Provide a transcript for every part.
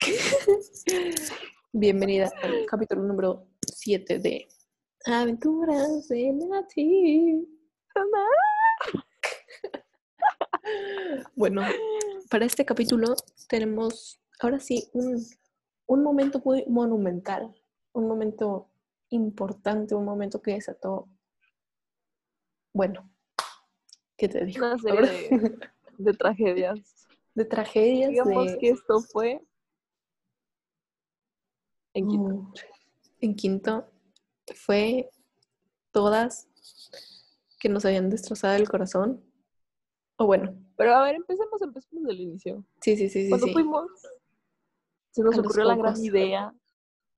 Aventura. Bienvenida al capítulo número 7 de Aventuras de Nati. Bueno, para este capítulo tenemos ahora sí un, un momento muy monumental, un momento importante, un momento que desató. Bueno, ¿qué te digo? Una serie de, de tragedias. De tragedias. Digamos de... que esto fue en Quito. Mm, en quinto fue todas que nos habían destrozado el corazón. O bueno, Pero a ver, empecemos, empecemos del inicio. sí, sí, sí, sí. Cuando sí. fuimos, se nos A los ocurrió la gran cocos. idea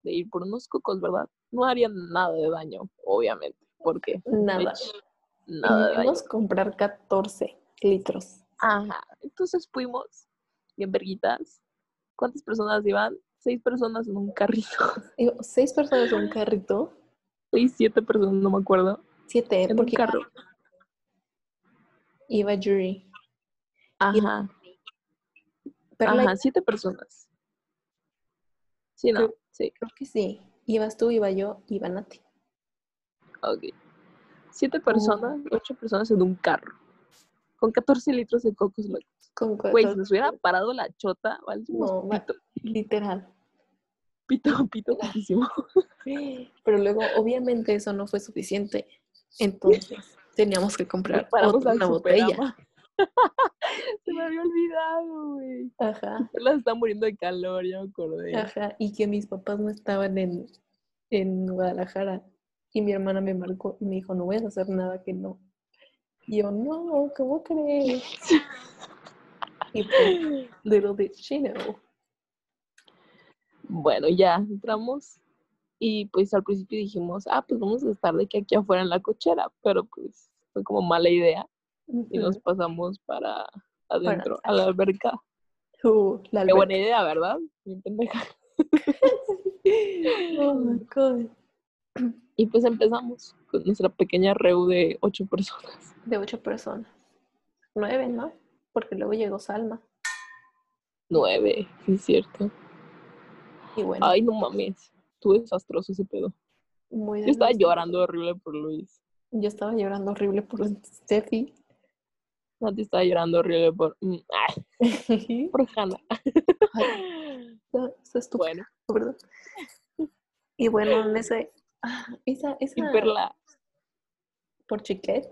de ir por unos cocos, ¿verdad? No harían nada de daño, obviamente, porque Nada. nada de daño. Pudimos comprar 14 litros. Ajá. Entonces fuimos, bien verguitas. ¿Cuántas personas iban? Seis personas en un carrito. Digo, Seis personas en un carrito, Seis, siete personas, no me acuerdo. siete, En un porque carro. iba Yuri. Ajá. Perla, Ajá, siete personas. Sí, no. Creo- Sí, creo que sí. Ibas tú, iba yo, iba Nati. ok. Siete personas, ocho personas en un carro. Con 14 litros de cocos locos. Con Güey, si 14, nos hubiera parado la chota, valimos No, va- pito, literal. pito, pito, muchísimo. Pero luego, obviamente, eso no fue suficiente. Entonces, teníamos que comprar Paramos otra- al una botella. Superama. Se me había olvidado, güey. Ajá, Las está muriendo de calor, ya me acordé. ajá. Y que mis papás no estaban en, en Guadalajara. Y mi hermana me marcó y me dijo, no voy a hacer nada que no. Y yo, no, ¿cómo crees? y pues, little bit she know. Bueno, ya entramos. Y pues al principio dijimos, ah, pues vamos a estar de que aquí afuera en la cochera. Pero pues fue como mala idea. Y nos pasamos para adentro, a la alberca. Ujú. Uh, la Qué buena alberca. idea, ¿verdad? Bien pendeja. Oh my God. Y pues empezamos con nuestra pequeña reu de ocho personas. De ocho personas. Nueve, ¿no? Porque luego llegó Salma. Nueve, sí es cierto. Y bueno, Ay, no mames. Estuvo desastroso ese pedo. muy Yo estaba desastre. llorando horrible por Luis. Yo estaba llorando horrible por Steffi. Nati estaba llorando horrible por... mm, ay, por Hannah. Eso es tu Bueno, ¿verdad? Y bueno, en ese. ah, Esa, y esa Perla, por chiquet.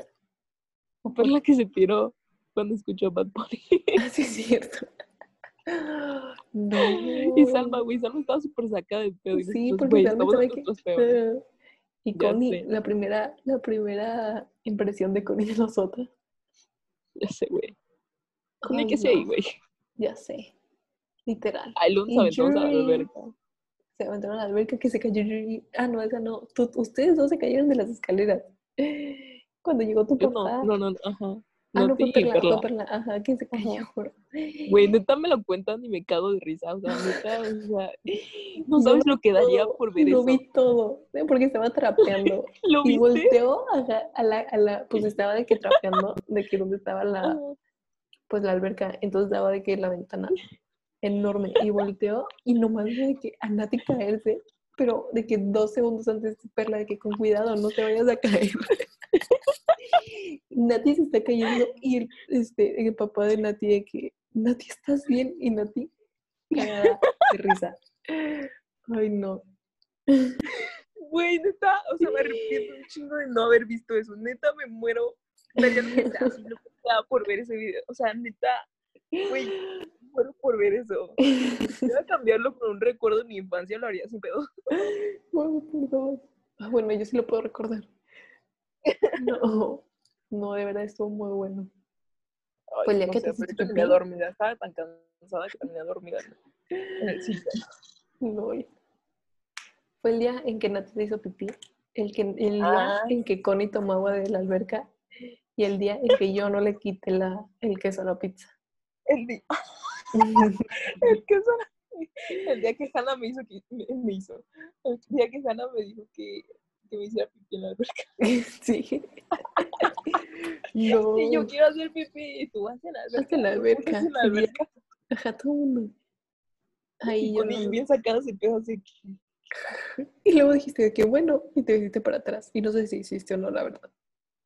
¿O por Perla que se tiró cuando escuchó Bad Bunny. Ah, sí, es cierto. No. y Salma, güey, Salma estaba súper sacada de pedo. Y Sí, nosotros, porque güey, Salma estamos estaba en que- nuestros peores. Y Ya Connie, sé. la primera, la primera impresión de Connie de nosotros. Ya sé, güey. Con Ay, el que no, se ahí, güey. Ya sé. Literal. Ay, luego nos Y aventamos a la Yuri. alberca. Se aventaron a la alberca que se cayó Yuri. Ah, no, esa no. Tú- ustedes dos se cayeron de las escaleras. Cuando llegó tu Yo papá. no, no, no, no, ajá. Ah, no, Nati fue y Perla, Perla. fue Perla. Ajá, que se cayó. Güey, neta me lo cuentan y me cago de risa. O sea, neta, o sea, no sabes lo que daría todo, por ver lo eso. vi todo, ¿eh? porque estaba trapeando. ¿Lo y viste? volteó ajá, a la, a la, pues estaba de que trapeando, de que donde estaba la, Ajá. pues la alberca, entonces daba de que la ventana enorme, y volteó, y nomás vio de que a Nati caerse, pero de que dos segundos antes Perla, de que con cuidado, no te vayas a caer. Nati se está cayendo, y el, este, el papá de Nati de que, Nati, ¿estás bien? Y Nati, cagada de risa. Ay, no. Güey, neta, o sea, me arrepiento un chingo de no haber visto eso. Neta, me muero. Daría risa, así, lo que sea por ver ese video. O sea, neta, güey, me muero por ver eso. Si voy a cambiarlo por un recuerdo de mi infancia, lo haría sin pedo. Ay, perdón. Ah, bueno, yo sí lo puedo recordar. No, no, de verdad estuvo muy bueno. Ay, Pues ya no que sé, te pero hiciste yo terminé pipí. dormida. Estaba tan cansada que terminé dormida en el sillón. No, y- fue el día en que Nati se hizo pipí, el, que, el día Ah. en que Connie tomó agua de la alberca y el día en que yo no le quité la, el queso a la pizza. El día, el que Sara- el día que Hannah me hizo, que- me, me hizo, el día que Hannah me dijo que, que me hiciera pipí en la alberca. sí. No. Y yo quiero hacer pipí y tú vas en la alberca. Haz en la Yo, ¿por qué alberca, es en la sí, ya. alberca? Ajá, todo el mundo. Ahí y yo con ellos no- bien sacados empieza así. Y luego dijiste de que bueno, y te viniste para atrás. Y no sé si hiciste o no, la verdad.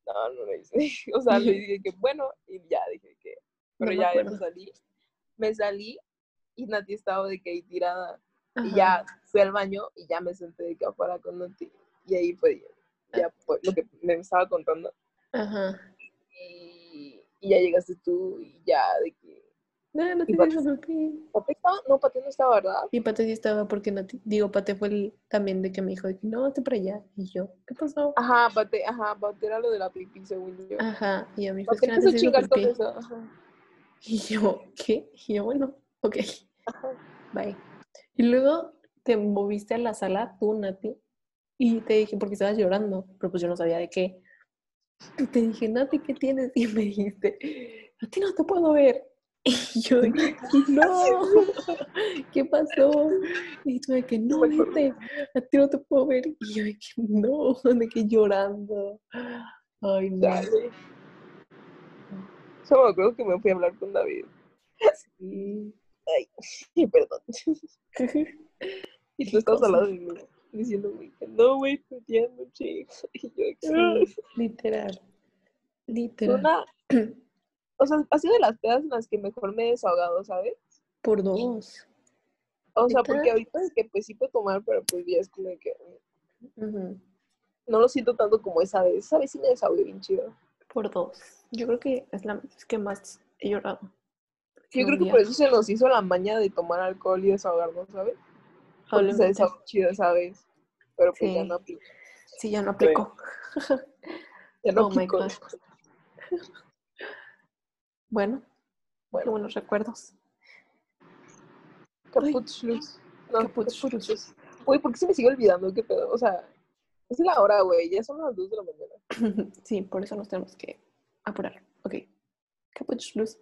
No, no lo hice. O sea, le dije que bueno, y ya dije que. Pero No me ya, ya me acuerdo. salí. Me salí y Nati estaba de que ahí tirada. Y Ajá. ya fui al baño y ya me senté de que afuera con Nati. Y ahí fue ya fue lo que me estaba contando. Ajá. Y, y ya llegaste tú y ya de que. No, no te Igual. digas, papi. ¿Pate estaba? No, Pate no estaba, ¿verdad? Y Pate sí estaba porque no te- digo, Pate fue el también de que me dijo de que no, hazte para allá. Y yo, ¿qué pasó? Ajá, Pate, ajá, Pate era lo de la pipí, según yo. Ajá. Y a mí fue Pate que no empezó a te hizo chingar con pipí". eso. ajá. Y yo, ¿qué? Y yo, bueno, ok. Bye. Y luego te moviste a la sala tú, Nati, y te dije, porque estabas llorando, pero pues yo no sabía de qué. Y te dije, Nati, ¿qué tienes? Y me dijiste, a ti no te puedo ver. Y yo de que, no, ¿qué pasó? Y tú de que, no, me acuerdo. vete, a ti no te puedo ver. Y yo de que, no, de que llorando. Ay, no. Dale. Solo me acuerdo que me fui a hablar con David. sí. Y perdón. Y Qué tú estabas cosa. al lado de mí, diciéndome que no, güey, te entiendo, chicos. Y yo, Sí, que literal. fue Literal. una. O sea, ha sido de las pedas en las que mejor me he desahogado, ¿sabes? Por dos. O sea, ¿Neta? porque ahorita es que pues sí puedo tomar, pero pues ya es como que Ujú, no lo siento tanto como esa vez. Esa vez sí me desahogué bien chido. Por dos. Yo creo que es la es que más he llorado. Yo En un creo que día, por eso se nos hizo la maña de tomar alcohol y desahogarnos, ¿sabes? Porque se probablemente. desahogó chido esa vez. Pero pues ya Sí. no aplica. Sí, ya no aplico. Ya no Oh my aplicó. God. Bueno, qué Bueno. buenos recuerdos. Kaputschluss. No, Kaputschluss. Kaputschluss. Güey, ¿por qué se me sigue olvidando? ¿Qué pedo? O sea, es la hora, güey. Ya son las 2 de la mañana. sí, por eso nos tenemos que apurar. Ok. Capuchos, luz.